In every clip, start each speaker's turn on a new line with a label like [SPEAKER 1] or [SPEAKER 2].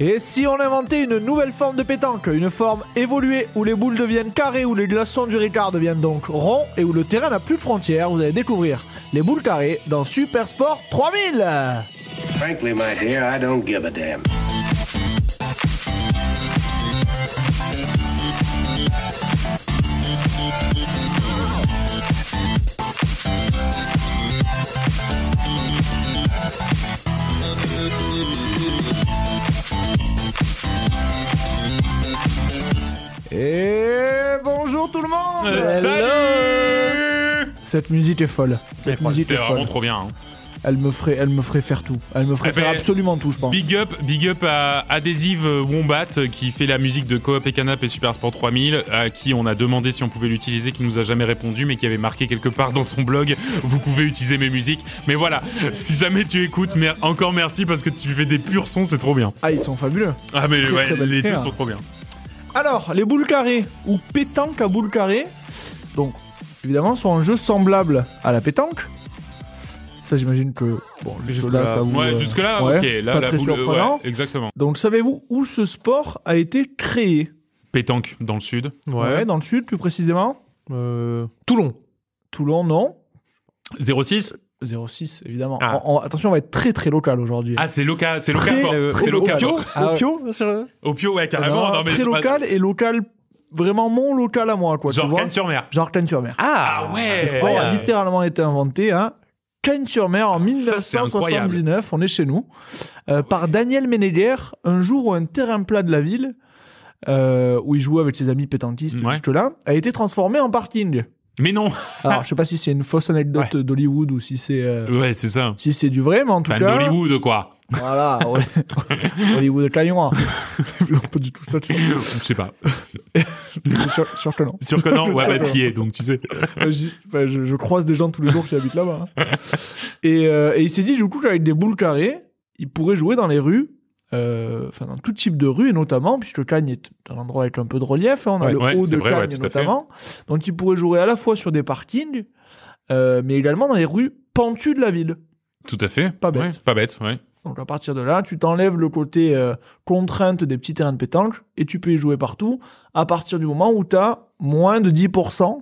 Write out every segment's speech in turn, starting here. [SPEAKER 1] Et si on inventait une nouvelle forme de pétanque, une forme évoluée où les boules deviennent carrées, où les glaçons du Ricard deviennent donc ronds et où le terrain n'a plus de frontières, vous allez découvrir les boules carrées dans Super Sport 3000
[SPEAKER 2] Frankly, my dear, I don't give a damn.
[SPEAKER 1] Et bonjour tout le monde
[SPEAKER 3] Euh, Salut
[SPEAKER 1] Cette musique est folle. Cette musique
[SPEAKER 3] Eh, C'est
[SPEAKER 1] est
[SPEAKER 3] vraiment
[SPEAKER 1] folle.
[SPEAKER 3] trop bien. hein.
[SPEAKER 1] Elle me ferait, elle me ferait faire tout. Elle me ferait
[SPEAKER 3] Eh
[SPEAKER 1] faire
[SPEAKER 3] ben,
[SPEAKER 1] absolument tout, je pense.
[SPEAKER 3] Big up, big up à Adhésive Wombat euh, qui fait la musique de Coop et Canap et Super Sport 3000, à qui on a demandé si on pouvait l'utiliser, qui nous a jamais répondu, mais qui avait marqué quelque part dans son blog Vous pouvez utiliser mes musiques. Mais voilà, si jamais tu écoutes, mer- encore merci parce que tu fais des purs sons, c'est trop bien.
[SPEAKER 1] Ah, ils sont fabuleux.
[SPEAKER 3] Ah, mais
[SPEAKER 1] Très,
[SPEAKER 3] ouais,
[SPEAKER 1] très belle
[SPEAKER 3] les
[SPEAKER 1] paire.
[SPEAKER 3] deux sont trop bien.
[SPEAKER 1] Alors, les boules carrées ou pétanque à boules carrées, donc évidemment, sont un jeu semblable à la pétanque. Ça, j'imagine que bon, jusque là, ça vous.
[SPEAKER 3] ouais,
[SPEAKER 1] euh,
[SPEAKER 3] jusque-là,
[SPEAKER 1] ouais,
[SPEAKER 3] ok, là,
[SPEAKER 1] pas
[SPEAKER 3] la
[SPEAKER 1] très
[SPEAKER 3] boule. euh,
[SPEAKER 1] surprenant.
[SPEAKER 3] ouais, exactement.
[SPEAKER 1] Donc, savez-vous où ce sport a été créé
[SPEAKER 3] Pétanque dans le sud.
[SPEAKER 1] Ouais, dans le sud, plus précisément.
[SPEAKER 4] Euh, Toulon.
[SPEAKER 1] Toulon, non.
[SPEAKER 3] 06
[SPEAKER 1] 06, évidemment.
[SPEAKER 4] Ah.
[SPEAKER 1] On- on- attention, on va être très très local aujourd'hui.
[SPEAKER 3] Ah, c'est local, c'est
[SPEAKER 1] Très,
[SPEAKER 3] local fort.
[SPEAKER 1] euh,
[SPEAKER 3] C'est
[SPEAKER 1] très
[SPEAKER 3] local
[SPEAKER 1] local.
[SPEAKER 4] Oh,
[SPEAKER 3] fort.
[SPEAKER 1] Ah ouais.
[SPEAKER 4] Opio sur le-
[SPEAKER 3] Au pio, ouais, carrément.
[SPEAKER 1] Non,
[SPEAKER 3] non, mais
[SPEAKER 1] Euh, très
[SPEAKER 3] c'est pas-
[SPEAKER 1] local et local, vraiment mon local à moi, quoi. tu
[SPEAKER 3] Genre
[SPEAKER 1] vois.
[SPEAKER 3] Cannes-sur-Mer.
[SPEAKER 1] Genre Cannes-sur-Mer.
[SPEAKER 4] Ah,
[SPEAKER 3] Ah ouais,
[SPEAKER 1] Le sport a littéralement été inventé hein. à Cannes-sur-Mer en
[SPEAKER 3] Ça, c'est incroyable.
[SPEAKER 1] 1979, on est chez nous, euh, par Daniel Ménéguer, un jour où un terrain plat de la ville, euh, où il jouait avec ses amis pétantistes
[SPEAKER 3] Ouais. Ah.
[SPEAKER 1] jusque là, a été transformé en parking.
[SPEAKER 3] Mais non.
[SPEAKER 1] Alors je sais pas si c'est une fausse anecdote d'Hollywood ou si c'est... euh,
[SPEAKER 3] Ouais, c'est ça.
[SPEAKER 1] Si c'est du vrai, mais en tout
[SPEAKER 3] Fan
[SPEAKER 1] cas,
[SPEAKER 3] d'Hollywood, quoi.
[SPEAKER 1] voilà, Hollywood Cagnon. non, pas du tout, c'est notre
[SPEAKER 3] Je sais pas.
[SPEAKER 1] sûr, sûr que non.
[SPEAKER 3] Sur Conan, ouais,
[SPEAKER 1] Sûr
[SPEAKER 3] bah,
[SPEAKER 1] que
[SPEAKER 3] t'y es, donc tu sais.
[SPEAKER 1] Enfin, Euh, j'y- enfin, je, je croise des gens tous les jours qui habitent là-bas. hein. Et, euh, et il s'est dit du coup qu'avec des boules carrées, il pourrait jouer dans les rues, euh, enfin dans tout type de rue et notamment, puisque Cagnes est un endroit avec un peu de relief, hein, on a
[SPEAKER 4] Ouais,
[SPEAKER 1] le
[SPEAKER 3] ouais,
[SPEAKER 1] haut
[SPEAKER 3] c'est
[SPEAKER 1] de
[SPEAKER 3] vrai, ouais,
[SPEAKER 1] Cagnes
[SPEAKER 3] tout à fait.
[SPEAKER 1] notamment. Donc il pourrait jouer à la fois sur des parkings, euh, mais également dans les rues pentues de la ville.
[SPEAKER 3] Tout à fait.
[SPEAKER 1] Pas bête.
[SPEAKER 3] Ouais, pas bête, ouais.
[SPEAKER 1] Donc à partir de là, tu t'enlèves le côté euh, contrainte des petits terrains de pétanque et tu peux y jouer partout à partir du moment où tu as moins de 10%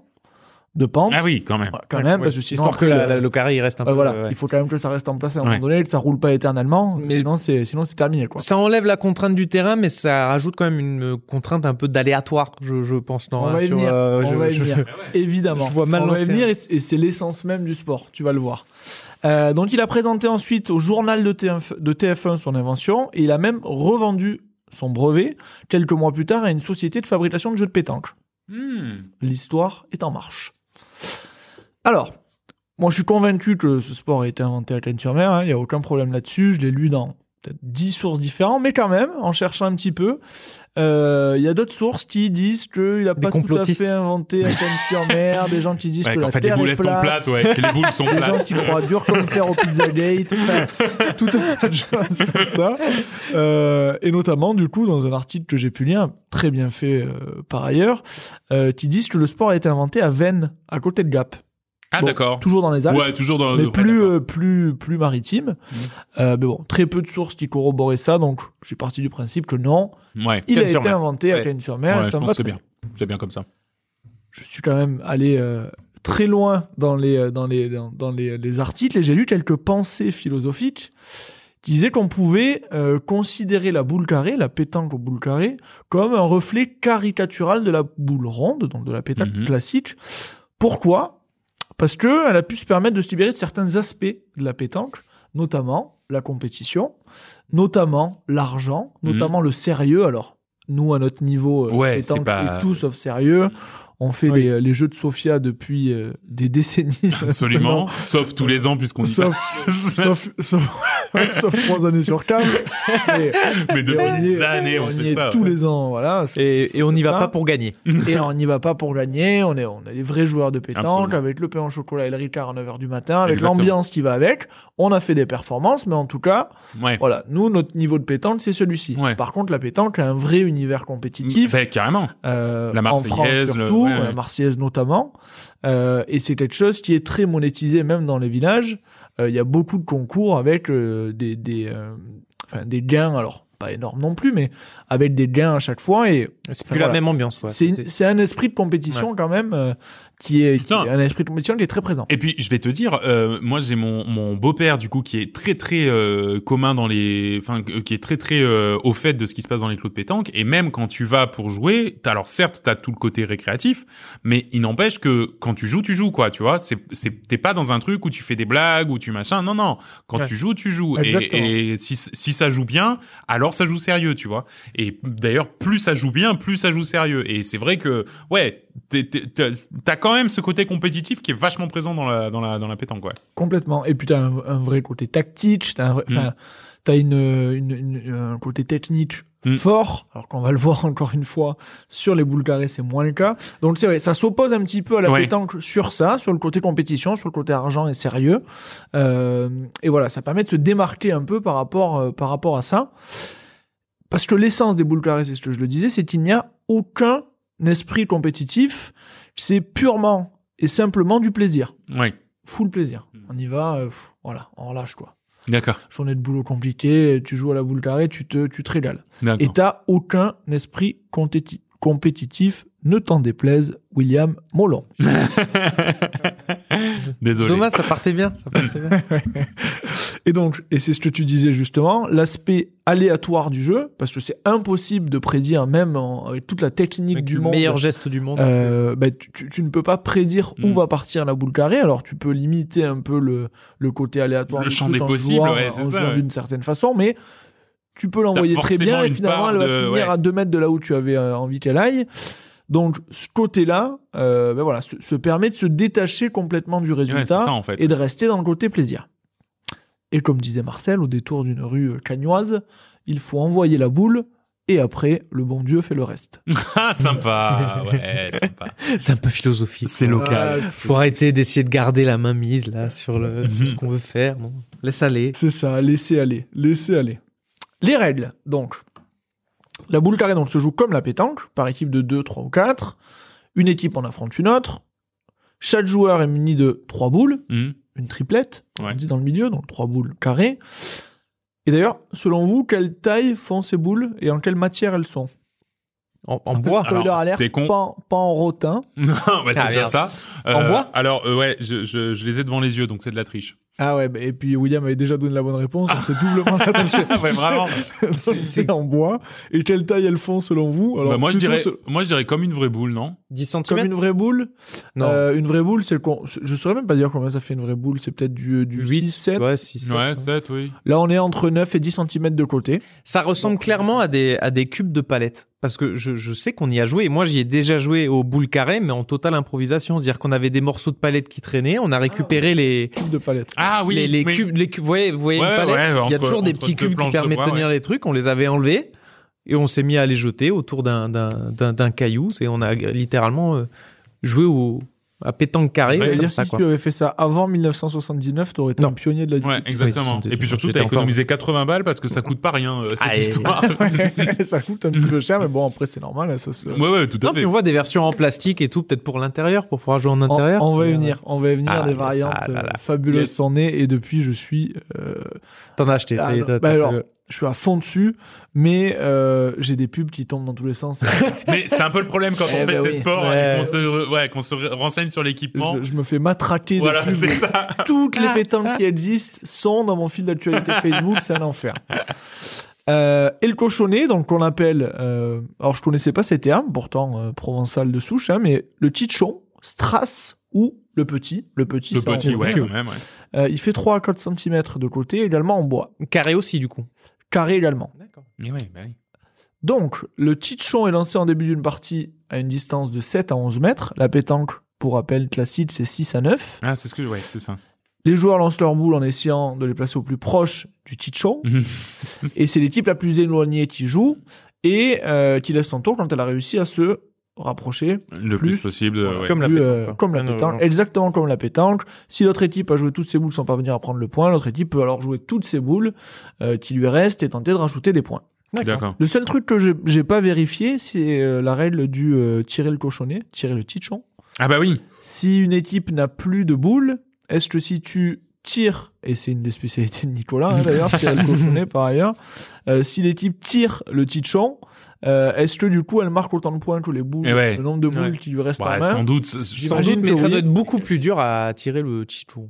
[SPEAKER 1] de pente.
[SPEAKER 3] Ah oui, quand même.
[SPEAKER 1] Voilà, Bah, quand même,
[SPEAKER 4] Ouais,
[SPEAKER 1] parce que sinon,
[SPEAKER 4] histoire que
[SPEAKER 1] après,
[SPEAKER 4] la-
[SPEAKER 1] le-
[SPEAKER 4] la- le carré il reste un
[SPEAKER 1] Ouais,
[SPEAKER 4] peu.
[SPEAKER 1] voilà,
[SPEAKER 4] ouais.
[SPEAKER 1] il faut quand même que ça reste en place à un
[SPEAKER 3] Ouais.
[SPEAKER 1] moment donné, que ça roule pas éternellement,
[SPEAKER 4] Mais-
[SPEAKER 1] sinon c'est sinon c'est terminé quoi.
[SPEAKER 4] Ça enlève la contrainte du terrain, mais ça rajoute quand même une euh, contrainte un peu d'aléatoire, je, je pense. Non,
[SPEAKER 1] On
[SPEAKER 4] hein,
[SPEAKER 1] va y
[SPEAKER 4] sur,
[SPEAKER 1] venir,
[SPEAKER 4] euh,
[SPEAKER 1] on
[SPEAKER 4] je-
[SPEAKER 1] va y
[SPEAKER 4] je-
[SPEAKER 1] venir, évidemment.
[SPEAKER 4] je vois mal
[SPEAKER 1] on va y
[SPEAKER 4] lancer, hein.
[SPEAKER 1] venir et c'est- et c'est l'essence même du sport, tu vas le voir. Euh, donc il a présenté ensuite au journal de, TF, de TF1 son invention et il a même revendu son brevet quelques mois plus tard à une société de fabrication de jeux de pétanque.
[SPEAKER 3] Hmm.
[SPEAKER 1] L'histoire est en marche. Alors, moi je suis convaincu que ce sport a été inventé à Cannes-sur-Mer, hein, il n'y a aucun problème là-dessus, je l'ai lu dans peut-être 10 sources différentes, mais quand même, en cherchant un petit peu, euh, il y a d'autres sources qui disent qu'il n'a
[SPEAKER 4] Des
[SPEAKER 1] pas tout à
[SPEAKER 4] complotistes.
[SPEAKER 1] fait inventé à Cannes-sur-Mer, des gens qui disent
[SPEAKER 3] Ouais,
[SPEAKER 1] que
[SPEAKER 3] qu'en
[SPEAKER 1] la
[SPEAKER 3] fait, les
[SPEAKER 1] Terre
[SPEAKER 3] boules,
[SPEAKER 1] est
[SPEAKER 3] elles sont
[SPEAKER 1] plate,
[SPEAKER 3] plates, ouais. Que les boules sont
[SPEAKER 1] des gens
[SPEAKER 3] plates.
[SPEAKER 1] qui croient dur comme fer au Pizzagate, enfin, tout un tas de choses comme ça. Euh, et notamment, du coup, dans un article que j'ai pu lire, très bien fait euh, par ailleurs, euh, qui disent que le sport a été inventé à Vennes, à côté de Gap.
[SPEAKER 3] Ah,
[SPEAKER 1] Bon,
[SPEAKER 3] d'accord.
[SPEAKER 1] Toujours dans les Alpes,
[SPEAKER 3] Ouais, toujours dans
[SPEAKER 1] mais
[SPEAKER 3] ouais,
[SPEAKER 1] plus,
[SPEAKER 3] d'accord.
[SPEAKER 1] euh, plus, plus maritime.
[SPEAKER 3] Mhm.
[SPEAKER 1] Euh, mais bon, très peu de sources qui corroboraient ça, donc je suis parti du principe que non,
[SPEAKER 3] Ouais.
[SPEAKER 1] il a été
[SPEAKER 4] Cannes-sur-Mer.
[SPEAKER 1] inventé à
[SPEAKER 4] Ouais.
[SPEAKER 1] Cannes-sur-Mer,
[SPEAKER 3] Ouais,
[SPEAKER 1] et
[SPEAKER 3] je
[SPEAKER 1] ça me
[SPEAKER 3] pense
[SPEAKER 1] va
[SPEAKER 3] que c'est bien. C'est bien comme ça.
[SPEAKER 1] je suis quand même allé euh, très loin dans les euh, dans les dans, dans les, les articles et j'ai lu quelques pensées philosophiques qui disaient qu'on pouvait euh, considérer la boule carrée, la pétanque aux boules carrées, comme un reflet caricatural de la boule ronde, donc de la pétanque
[SPEAKER 3] Mhm.
[SPEAKER 1] classique. Pourquoi Parce que elle a pu se permettre de se libérer de certains aspects de la pétanque, notamment la compétition, notamment l'argent,
[SPEAKER 3] Mhm.
[SPEAKER 1] notamment le sérieux. Alors nous à notre niveau, euh,
[SPEAKER 3] Ouais,
[SPEAKER 1] pétanque
[SPEAKER 3] c'est pas-
[SPEAKER 1] est tout sauf sérieux. On fait euh,
[SPEAKER 4] Oui.
[SPEAKER 1] les, les jeux de Sofia depuis euh, des décennies.
[SPEAKER 3] Absolument. Sauf tous les ans, puisqu'on dit
[SPEAKER 1] sauf,
[SPEAKER 3] ça.
[SPEAKER 1] sauf, sauf, ouais, sauf trois années sur quatre. Et-
[SPEAKER 3] Mais
[SPEAKER 1] et on y
[SPEAKER 3] depuis des
[SPEAKER 1] est-
[SPEAKER 3] années, on
[SPEAKER 1] on y
[SPEAKER 3] fait
[SPEAKER 1] est
[SPEAKER 3] ça.
[SPEAKER 1] tous
[SPEAKER 3] ouais.
[SPEAKER 1] les ans, voilà.
[SPEAKER 4] Et, et on n'y va
[SPEAKER 1] Ça.
[SPEAKER 4] pas pour gagner.
[SPEAKER 1] Et on n'y va pas pour gagner. On est, on est des vrais joueurs de pétanque
[SPEAKER 3] Absolument.
[SPEAKER 1] avec le pain au chocolat et le Ricard à 9h du matin, avec
[SPEAKER 3] Exactement.
[SPEAKER 1] l'ambiance qui va avec. On a fait des performances, mais en tout cas,
[SPEAKER 3] Ouais.
[SPEAKER 1] voilà, nous, notre niveau de pétanque, c'est celui-ci.
[SPEAKER 3] Ouais.
[SPEAKER 1] Par contre, la pétanque a un vrai univers compétitif.
[SPEAKER 3] Bah, carrément.
[SPEAKER 1] Euh,
[SPEAKER 3] La Marseillaise,
[SPEAKER 1] en France
[SPEAKER 3] le-
[SPEAKER 1] surtout,
[SPEAKER 3] ouais, ouais.
[SPEAKER 1] la Marseillaise notamment. Euh, et c'est quelque chose qui est très monétisé même dans les villages. Euh, Il y a beaucoup de concours avec euh, des, des, euh, enfin, des gains. Alors, pas énorme non plus, mais avec des gains à chaque fois. Et Enfin,
[SPEAKER 4] C'est plus
[SPEAKER 1] voilà.
[SPEAKER 4] la même ambiance. ouais.
[SPEAKER 1] c'est une- c'est un esprit de compétition quand même euh, qui est, qui
[SPEAKER 3] Putain.
[SPEAKER 1] est un esprit de compétition qui est très présent.
[SPEAKER 3] Et puis je vais te dire, euh, moi j'ai mon, mon beau-père du coup qui est très très euh, commun dans les, enfin euh, qui est très très euh, au fait de ce qui se passe dans les clos de pétanque. Et même quand tu vas pour jouer, t'as- alors certes t'as tout le côté récréatif, mais il n'empêche que quand tu joues tu joues quoi, tu vois. C'est c'est t'es pas dans un truc où tu fais des blagues ou tu machin. Non non, quand
[SPEAKER 1] Ouais.
[SPEAKER 3] tu joues tu joues.
[SPEAKER 1] Exactement.
[SPEAKER 3] Et, et si si ça joue bien, alors ça joue sérieux, tu vois. Et d'ailleurs plus ça joue bien, plus ça joue sérieux. Et c'est vrai que ouais, t'es- t'es- t'as t'as quand même ce côté compétitif qui est vachement présent dans la, dans la, dans la pétanque, ouais.
[SPEAKER 1] Complètement. Et puis t'as un, un vrai côté tactique, t'as un, vrai-
[SPEAKER 3] Mm.
[SPEAKER 1] enfin, t'as une, une- une- un côté technique
[SPEAKER 3] Mm.
[SPEAKER 1] fort, alors qu'on va le voir encore une fois sur les boules carrées, c'est moins le cas. Donc c'est vrai, ça s'oppose un petit peu à la
[SPEAKER 3] Ouais.
[SPEAKER 1] pétanque sur ça, sur le côté compétition, sur le côté argent et sérieux. Euh, et voilà, ça permet de se démarquer un peu par rapport, euh, par rapport à ça. Parce que l'essence des boules carrées, c'est ce que je le disais, c'est qu'il n'y a aucun esprit compétitif, c'est purement et simplement du plaisir
[SPEAKER 3] Ouais,
[SPEAKER 1] full plaisir.
[SPEAKER 4] Hmm.
[SPEAKER 3] Mm.
[SPEAKER 1] On y va, euh, pff, voilà, on relâche quoi.
[SPEAKER 3] d'accord,
[SPEAKER 1] Journée de boulot compliquée, tu joues à la boule carrée, tu te, tu te régales. Et
[SPEAKER 3] d'accord.
[SPEAKER 1] t'as aucun esprit compéti- compétitif, ne t'en déplaise, William Molon.
[SPEAKER 3] Désolé.
[SPEAKER 4] Dommage, ça partait bien. ça partait bien.
[SPEAKER 1] Et donc, et c'est ce que tu disais justement, l'aspect aléatoire du jeu, parce que c'est impossible de prédire, même en- avec toute la technique
[SPEAKER 4] Avec
[SPEAKER 1] du
[SPEAKER 4] le
[SPEAKER 1] monde.
[SPEAKER 4] meilleur geste du monde.
[SPEAKER 1] euh, bah, tu, tu- tu ne peux pas prédire où
[SPEAKER 3] Mm.
[SPEAKER 1] va partir la boule carrée, alors tu peux limiter un peu le, le côté aléatoire
[SPEAKER 3] Le
[SPEAKER 1] du
[SPEAKER 3] champ
[SPEAKER 1] truc
[SPEAKER 3] des
[SPEAKER 1] en
[SPEAKER 3] possibles,
[SPEAKER 1] jouant-
[SPEAKER 3] ouais, c'est
[SPEAKER 1] en
[SPEAKER 3] ça,
[SPEAKER 1] jouant
[SPEAKER 3] ouais.
[SPEAKER 1] d'une certaine façon, mais tu peux l'envoyer très bien
[SPEAKER 3] forcément
[SPEAKER 1] et
[SPEAKER 3] une
[SPEAKER 1] finalement
[SPEAKER 3] part
[SPEAKER 1] elle va
[SPEAKER 3] de-
[SPEAKER 1] finir
[SPEAKER 3] ouais.
[SPEAKER 1] à 2 mètres de là où tu avais euh, envie qu'elle aille. Donc ce côté-là, euh, ben voilà, se, se permet de se détacher complètement du
[SPEAKER 3] Ouais, c'est
[SPEAKER 1] résultat
[SPEAKER 3] ça en fait.
[SPEAKER 1] et de rester dans le côté plaisir. Et comme disait Marcel, au détour d'une rue euh, cagnoise, il faut envoyer la boule et après le bon Dieu fait le reste.
[SPEAKER 3] Ah, sympa, ouais, sympa.
[SPEAKER 4] C'est un peu philosophique. Euh,
[SPEAKER 3] C'est local.
[SPEAKER 1] Ah,
[SPEAKER 4] Faut arrêter d'essayer de garder la main mise là sur le sur ce qu'on veut faire. Bon, laisse aller.
[SPEAKER 1] C'est ça, laissez aller, laissez aller. Les règles, donc. La boule carrée donc, se joue comme la pétanque, par équipe de 2, 3 ou 4. Une équipe en affronte une autre. Chaque joueur est muni de 3 boules,
[SPEAKER 3] Hmm.
[SPEAKER 1] une triplette,
[SPEAKER 3] Ouais.
[SPEAKER 1] on dit dans le milieu, donc 3 boules carrées. Et d'ailleurs, selon vous, quelle taille font ces boules et en quelle matière elles sont
[SPEAKER 4] En, en bois.
[SPEAKER 3] Alors,
[SPEAKER 1] Spoiler alert,
[SPEAKER 3] c'est con.
[SPEAKER 1] Pas, en- pas en rotin.
[SPEAKER 3] Non, bah, c'est
[SPEAKER 4] Ah,
[SPEAKER 3] déjà
[SPEAKER 4] merde.
[SPEAKER 3] ça.
[SPEAKER 4] En bois
[SPEAKER 3] Alors, euh, ouais, je, je, je les ai devant les yeux, donc c'est de la triche.
[SPEAKER 1] Ah ouais, bah, et puis William avait déjà donné la bonne réponse, donc c'est doublement la
[SPEAKER 3] Ah, ouais, vraiment.
[SPEAKER 1] C'est c'est en bois. Et quelle taille elles font selon vous
[SPEAKER 3] Bah, moi, je
[SPEAKER 1] plutôt
[SPEAKER 3] dirais,
[SPEAKER 1] ce-
[SPEAKER 3] moi, je dirais comme une vraie boule, non
[SPEAKER 4] 10
[SPEAKER 1] Comme
[SPEAKER 4] cm
[SPEAKER 1] une vraie boule
[SPEAKER 4] Non.
[SPEAKER 1] Euh, Une vraie boule, c'est le con- Je saurais même pas dire combien ça fait une vraie boule. C'est peut-être du, euh, du
[SPEAKER 4] Huit.
[SPEAKER 1] 6, 7.
[SPEAKER 4] Ouais, 6,
[SPEAKER 3] Ouais, 7, oui.
[SPEAKER 1] Là, on est entre 9 et 10 cm de côté.
[SPEAKER 4] Ça ressemble clairement à des, à des cubes de palette. Parce que je, je sais qu'on y a joué. Et moi, j'y ai déjà joué au boule carré, mais en totale improvisation. C'est-à-dire qu'on avait des morceaux de palette qui traînaient. On a récupéré les,
[SPEAKER 1] Cube de palette.
[SPEAKER 3] Ah oui,
[SPEAKER 4] les, les
[SPEAKER 3] oui.
[SPEAKER 4] cubes. Les cubes vous voyez, vous voyez
[SPEAKER 3] Ouais,
[SPEAKER 4] une palette
[SPEAKER 3] ouais,
[SPEAKER 4] Il y a
[SPEAKER 3] entre-
[SPEAKER 4] toujours des
[SPEAKER 3] entre
[SPEAKER 4] petits
[SPEAKER 3] deux
[SPEAKER 4] cubes qui
[SPEAKER 3] planches de
[SPEAKER 4] permettent
[SPEAKER 3] bois,
[SPEAKER 4] de tenir les trucs. On les avait enlevés. Et on s'est mis à les jeter autour d'un- d'un d'un- d'un caillou. Et on a littéralement euh, joué au, à pétanque carré.
[SPEAKER 3] Ouais,
[SPEAKER 1] Ça veut
[SPEAKER 4] comme
[SPEAKER 1] dire
[SPEAKER 4] ça,
[SPEAKER 1] si
[SPEAKER 4] quoi.
[SPEAKER 1] tu avais fait ça avant 1979, t'aurais été
[SPEAKER 4] Non.
[SPEAKER 1] un pionnier de la
[SPEAKER 3] Ouais,
[SPEAKER 1] discipline.
[SPEAKER 3] exactement.
[SPEAKER 4] Oui,
[SPEAKER 3] Et puis surtout,
[SPEAKER 4] j'étais
[SPEAKER 3] t'as
[SPEAKER 4] encore-
[SPEAKER 3] économisé 80 balles parce que ça coûte pas rien, euh, cette
[SPEAKER 4] Ah, et-
[SPEAKER 3] histoire.
[SPEAKER 1] ça coûte un petit peu cher, mais bon, après, c'est normal. hein, Ça se...
[SPEAKER 3] ouais, ouais, tout à
[SPEAKER 4] Non,
[SPEAKER 3] fait.
[SPEAKER 4] puis on voit des versions en plastique et tout, peut-être pour l'intérieur, pour pouvoir jouer en
[SPEAKER 1] On,
[SPEAKER 4] intérieur.
[SPEAKER 1] on va y
[SPEAKER 4] C'est-
[SPEAKER 1] venir, on va y venir
[SPEAKER 4] Ah,
[SPEAKER 1] des
[SPEAKER 4] yes,
[SPEAKER 1] variantes
[SPEAKER 4] ah là là.
[SPEAKER 1] euh, fabuleuses
[SPEAKER 3] Yes.
[SPEAKER 1] s'en est et depuis je suis euh,
[SPEAKER 4] T'en as acheté.
[SPEAKER 1] ah,
[SPEAKER 4] t'as-
[SPEAKER 1] non,
[SPEAKER 4] t'as- euh,
[SPEAKER 1] bah
[SPEAKER 4] t'as-
[SPEAKER 1] alors, je suis à fond dessus mais euh, j'ai des pubs qui tombent dans tous les sens
[SPEAKER 3] Mais c'est un peu le problème quand on
[SPEAKER 1] Eh
[SPEAKER 3] fait
[SPEAKER 1] ben
[SPEAKER 3] ces
[SPEAKER 1] oui.
[SPEAKER 3] sports
[SPEAKER 4] Ouais.
[SPEAKER 3] et qu'on se, re- ouais, qu'on se re- renseigne sur l'équipement.
[SPEAKER 1] je, je me fais matraquer
[SPEAKER 3] Voilà,
[SPEAKER 1] des pubs
[SPEAKER 3] c'est ça.
[SPEAKER 1] toutes les pétanques qui existent sont dans mon fil d'actualité Facebook, c'est un enfer. Euh, et le cochonnet, donc qu'on appelle, euh, alors je connaissais pas ces termes, pourtant euh, provençal de souche, hein, mais le tichon, strass ou le petit, le petit,
[SPEAKER 3] Le
[SPEAKER 1] ça, on-
[SPEAKER 3] petit, ouais,
[SPEAKER 4] petit.
[SPEAKER 3] quand même. ouais.
[SPEAKER 1] Euh, il fait 3 à 4 cm de côté, également en bois,
[SPEAKER 4] Carré aussi, du coup.
[SPEAKER 1] carré également.
[SPEAKER 4] D'accord.
[SPEAKER 3] Mais ouais, bah oui.
[SPEAKER 1] Donc, le tichon est lancé en début d'une partie à une distance de 7 à 11 mètres, la pétanque, pour rappel classique, c'est 6 à 9.
[SPEAKER 3] Ah, c'est ce que, ouais, c'est ça.
[SPEAKER 1] Les joueurs lancent leurs boules en essayant de les placer au plus proche du tichon.
[SPEAKER 3] Mhm.
[SPEAKER 1] et c'est l'équipe la plus éloignée qui joue et euh, qui laisse son tour quand elle a réussi à se rapprocher
[SPEAKER 3] Le
[SPEAKER 1] Plus.
[SPEAKER 3] plus, possible. euh, ouais.
[SPEAKER 4] Comme la
[SPEAKER 1] plus,
[SPEAKER 4] pétanque.
[SPEAKER 1] euh,
[SPEAKER 4] quoi.
[SPEAKER 1] comme la
[SPEAKER 4] Ah, non,
[SPEAKER 1] pétanque,
[SPEAKER 4] non.
[SPEAKER 1] exactement comme la pétanque. Si l'autre équipe a joué toutes ses boules sans parvenir à prendre le point, l'autre équipe peut alors jouer toutes ses boules euh, qui lui restent et tenter de rajouter des points.
[SPEAKER 3] D'accord.
[SPEAKER 1] Le seul truc que j'ai- j'ai pas vérifié, c'est euh, la règle du euh, tirer le cochonnet, tirer le tichon.
[SPEAKER 3] Ah bah oui.
[SPEAKER 1] Si une équipe n'a plus de boules, est-ce que si tu tirent, et c'est une des spécialités de Nicolas hein, d'ailleurs, tirer le cochonnet par ailleurs, euh, si l'équipe tire le tichon, euh, est-ce que du coup elle marque autant de points que les boules,
[SPEAKER 3] Eh ouais.
[SPEAKER 1] le nombre de boules
[SPEAKER 4] Ouais.
[SPEAKER 1] qui lui restent
[SPEAKER 3] Ouais,
[SPEAKER 1] en main
[SPEAKER 3] sans doute. c'est- c'est-
[SPEAKER 1] J'imagine
[SPEAKER 4] Sans doute, mais
[SPEAKER 1] que
[SPEAKER 4] ça
[SPEAKER 1] oui.
[SPEAKER 4] doit être beaucoup plus dur à tirer le chichou.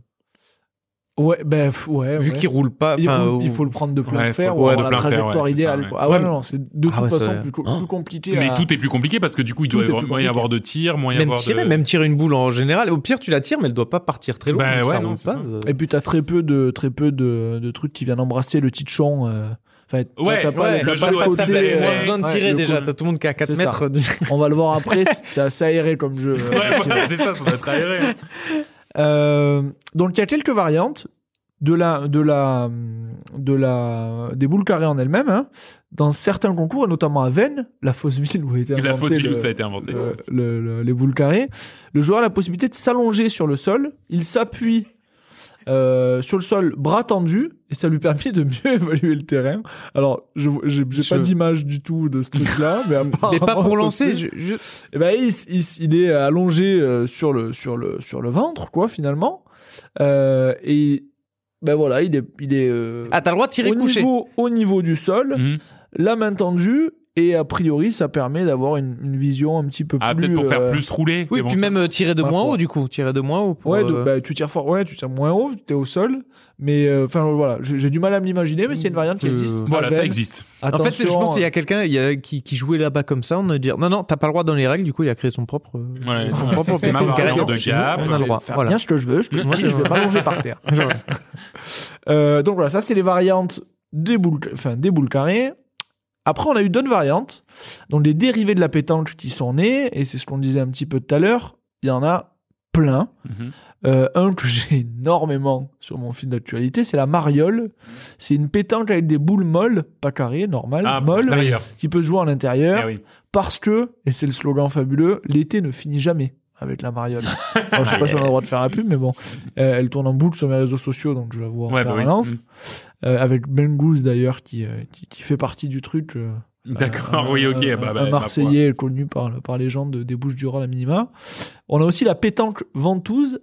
[SPEAKER 1] Ouais, ben f- ouais.
[SPEAKER 4] Vu
[SPEAKER 1] ouais.
[SPEAKER 4] qu'il roule pas.
[SPEAKER 1] il,
[SPEAKER 4] enfin,
[SPEAKER 1] roule- il
[SPEAKER 4] ou-
[SPEAKER 1] faut le prendre de plein
[SPEAKER 3] Ouais,
[SPEAKER 1] fer
[SPEAKER 3] faut-
[SPEAKER 1] ou
[SPEAKER 4] ouais,
[SPEAKER 1] avoir
[SPEAKER 3] de
[SPEAKER 1] la
[SPEAKER 3] plein fer,
[SPEAKER 1] trajectoire
[SPEAKER 3] ouais, c'est ça,
[SPEAKER 1] idéale.
[SPEAKER 3] ouais.
[SPEAKER 1] quoi. Ah ouais,
[SPEAKER 4] Ouais, mais-
[SPEAKER 1] non, non, c'est de toute
[SPEAKER 4] Ah ouais,
[SPEAKER 1] façon
[SPEAKER 4] ça-
[SPEAKER 1] plus, co-
[SPEAKER 4] hein.
[SPEAKER 1] plus compliqué.
[SPEAKER 3] Mais
[SPEAKER 1] à-
[SPEAKER 3] tout est plus compliqué parce que du coup, il
[SPEAKER 1] Tout
[SPEAKER 3] doit y
[SPEAKER 1] est
[SPEAKER 3] avoir,
[SPEAKER 1] plus
[SPEAKER 3] moyen y
[SPEAKER 1] compliqué.
[SPEAKER 3] avoir de tir, moyen y
[SPEAKER 4] Même
[SPEAKER 3] avoir
[SPEAKER 4] tirer,
[SPEAKER 3] de.
[SPEAKER 4] même tirer une boule en général. Au pire, tu la tires, mais elle doit pas partir très loin.
[SPEAKER 3] Bah
[SPEAKER 4] donc
[SPEAKER 3] ouais,
[SPEAKER 4] ça
[SPEAKER 3] non,
[SPEAKER 4] roule
[SPEAKER 3] c'est
[SPEAKER 4] pas,
[SPEAKER 3] ça.
[SPEAKER 4] euh.
[SPEAKER 1] Et puis t'as très peu de très peu de, de trucs qui viennent embrasser le tichon. Euh... Enfin, t'as pas-
[SPEAKER 3] Ouais,
[SPEAKER 4] ouais,
[SPEAKER 1] t'as
[SPEAKER 3] le
[SPEAKER 1] pas
[SPEAKER 3] jeu doit être
[SPEAKER 1] côté,
[SPEAKER 4] T'as
[SPEAKER 3] Ouais,
[SPEAKER 4] moins
[SPEAKER 1] euh,
[SPEAKER 4] besoin de
[SPEAKER 1] ouais,
[SPEAKER 4] tirer
[SPEAKER 1] le
[SPEAKER 4] déjà.
[SPEAKER 1] coup-
[SPEAKER 4] T'as tout le monde qui est à 4
[SPEAKER 1] C'est ça.
[SPEAKER 4] mètres. du-
[SPEAKER 1] On va le voir après. C'est assez aéré comme jeu. euh,
[SPEAKER 3] Ouais,
[SPEAKER 1] effectivement.
[SPEAKER 3] voilà, c'est ça, ça doit être aéré. hein.
[SPEAKER 1] Euh, donc il y a quelques variantes de la de la de la des boules carrées en elles-mêmes. hein. Dans certains concours, et notamment à Vennes, la fausse ville où a été
[SPEAKER 3] La
[SPEAKER 1] inventé
[SPEAKER 3] faute
[SPEAKER 1] le-
[SPEAKER 3] film, ça a été inventé.
[SPEAKER 1] le- Euh, le- le- les boules carrées, le joueur a la possibilité de s'allonger sur le sol. Il s'appuie euh, sur le sol, bras tendu, et ça lui permet de mieux évaluer le terrain. Alors, je j'ai j'ai pas
[SPEAKER 4] Je-
[SPEAKER 1] d'image du tout de ce truc-là, mais apparemment,
[SPEAKER 4] Mais pas
[SPEAKER 1] ça
[SPEAKER 4] pour lancer.
[SPEAKER 1] se-
[SPEAKER 4] je- je-
[SPEAKER 1] Eh ben, il, s- il s- il est allongé euh, sur le sur le sur le ventre, quoi, finalement. Euh, et ben voilà, il est il est euh,
[SPEAKER 4] Ah, t'as le droit de tirer
[SPEAKER 1] au
[SPEAKER 4] couché. Mm.
[SPEAKER 1] niveau au niveau du sol
[SPEAKER 3] Mhm.
[SPEAKER 1] la main tendue et a priori ça permet d'avoir une, une vision un petit peu
[SPEAKER 3] Ah,
[SPEAKER 1] plus
[SPEAKER 3] peut-être pour faire
[SPEAKER 1] euh,
[SPEAKER 3] plus rouler.
[SPEAKER 4] Oui, puis
[SPEAKER 3] éventuellement.
[SPEAKER 4] même euh, tirer de
[SPEAKER 1] Pas
[SPEAKER 4] moins
[SPEAKER 1] froid.
[SPEAKER 4] haut, du coup. Tirer de moins haut. pour,
[SPEAKER 1] ouais de-
[SPEAKER 4] euh,
[SPEAKER 1] bah, tu tires fort ouais tu tires moins haut tu es au sol mais euh, enfin voilà j'ai j'ai du mal à me l'imaginer mais c'est une variante qui
[SPEAKER 4] Euh,
[SPEAKER 1] existe
[SPEAKER 3] Voilà, ça
[SPEAKER 1] Valven,
[SPEAKER 3] existe.
[SPEAKER 4] En fait, c'est- je
[SPEAKER 1] attention,
[SPEAKER 4] pense qu'il y
[SPEAKER 1] euh,
[SPEAKER 4] a quelqu'un il y a- qui, qui jouait là-bas comme ça. On a dit non, non, t'as pas le droit dans les règles. Du coup, il a créé son propre. euh,
[SPEAKER 3] Ouais,
[SPEAKER 4] son
[SPEAKER 3] ça,
[SPEAKER 4] propre
[SPEAKER 3] c'est ma
[SPEAKER 4] poker
[SPEAKER 3] variante
[SPEAKER 4] game.
[SPEAKER 3] de
[SPEAKER 4] Chez
[SPEAKER 3] gamme.
[SPEAKER 4] nous, On a le droit.
[SPEAKER 1] faire
[SPEAKER 4] Voilà.
[SPEAKER 1] bien ce que je veux je te
[SPEAKER 4] Moi,
[SPEAKER 1] dis je vais
[SPEAKER 4] je-
[SPEAKER 1] m'allonger par terre Euh, donc voilà ça c'est les variantes des boules enfin des boules carrées après, on a eu d'autres variantes, donc des dérivés de la pétanque qui sont nés, et c'est ce qu'on disait un petit peu tout à l'heure, il y en a plein.
[SPEAKER 3] Mhm.
[SPEAKER 1] Euh, un que j'ai énormément sur mon fil d'actualité, c'est la mariole. C'est une pétanque avec des boules molles, pas carrées, normales,
[SPEAKER 3] Ah,
[SPEAKER 1] molles,
[SPEAKER 3] d'ailleurs.
[SPEAKER 1] qui peut se jouer à l'intérieur
[SPEAKER 3] Eh oui.
[SPEAKER 1] parce que, et c'est le slogan fabuleux, l'été ne finit jamais avec la mariole. Alors, je sais pas si on a le droit de faire la pub, mais bon, Euh, elle tourne en boucle sur mes réseaux sociaux, donc je la vois en
[SPEAKER 3] Ouais, bah oui.
[SPEAKER 1] permanence.
[SPEAKER 3] Mm.
[SPEAKER 1] Euh, avec Ben Goose d'ailleurs qui, euh, qui, qui fait partie du truc. euh,
[SPEAKER 3] D'accord,
[SPEAKER 1] un-
[SPEAKER 3] oui, ok.
[SPEAKER 1] un-
[SPEAKER 3] bah, bah,
[SPEAKER 1] un
[SPEAKER 3] ma
[SPEAKER 1] Marseillais connu par, par les gens de- des Bouches du Rhône à minima. On a aussi la pétanque ventouse,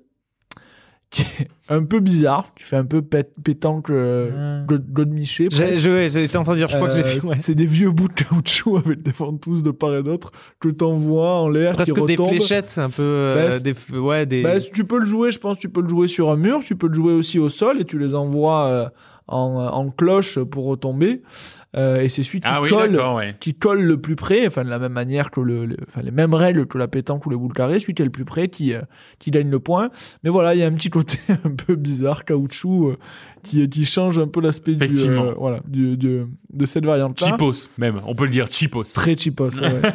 [SPEAKER 1] qui est un peu bizarre, qui fait un peu pét- pétanque euh,
[SPEAKER 4] Hmm.
[SPEAKER 1] God- Godemiché,
[SPEAKER 4] J'ai-
[SPEAKER 1] presque.
[SPEAKER 4] je- ouais, J'étais en train de dire, je crois que
[SPEAKER 1] Euh,
[SPEAKER 4] j'ai fait. ouais.
[SPEAKER 1] C'est des vieux bouts de caoutchouc avec des ventouses de part et d'autre que t'envoies en l'air, qui
[SPEAKER 4] Presque des
[SPEAKER 1] retombent.
[SPEAKER 4] fléchettes, un peu. euh,
[SPEAKER 1] Bah,
[SPEAKER 4] des, f- ouais, des.
[SPEAKER 1] Bah, tu peux le jouer, je pense, tu peux le jouer sur un mur, tu peux le jouer aussi au sol et tu les envoies euh, en, en cloche pour retomber. Euh, et c'est celui qui
[SPEAKER 3] Ah oui,
[SPEAKER 1] colle
[SPEAKER 3] d'accord, ouais.
[SPEAKER 1] qui colle le plus près, enfin de la même manière que le, le- enfin les mêmes règles que la pétanque ou le boule carré, celui qui est le plus près qui euh, qui gagne le point. Mais voilà, il y a un petit côté un peu bizarre caoutchouc euh, qui qui change un peu l'aspect du
[SPEAKER 3] Effectivement.
[SPEAKER 1] euh, voilà du, du- de cette variante là.
[SPEAKER 3] Chipos, même. On peut le dire, chipos.
[SPEAKER 1] Très cheapos. ouais, ouais.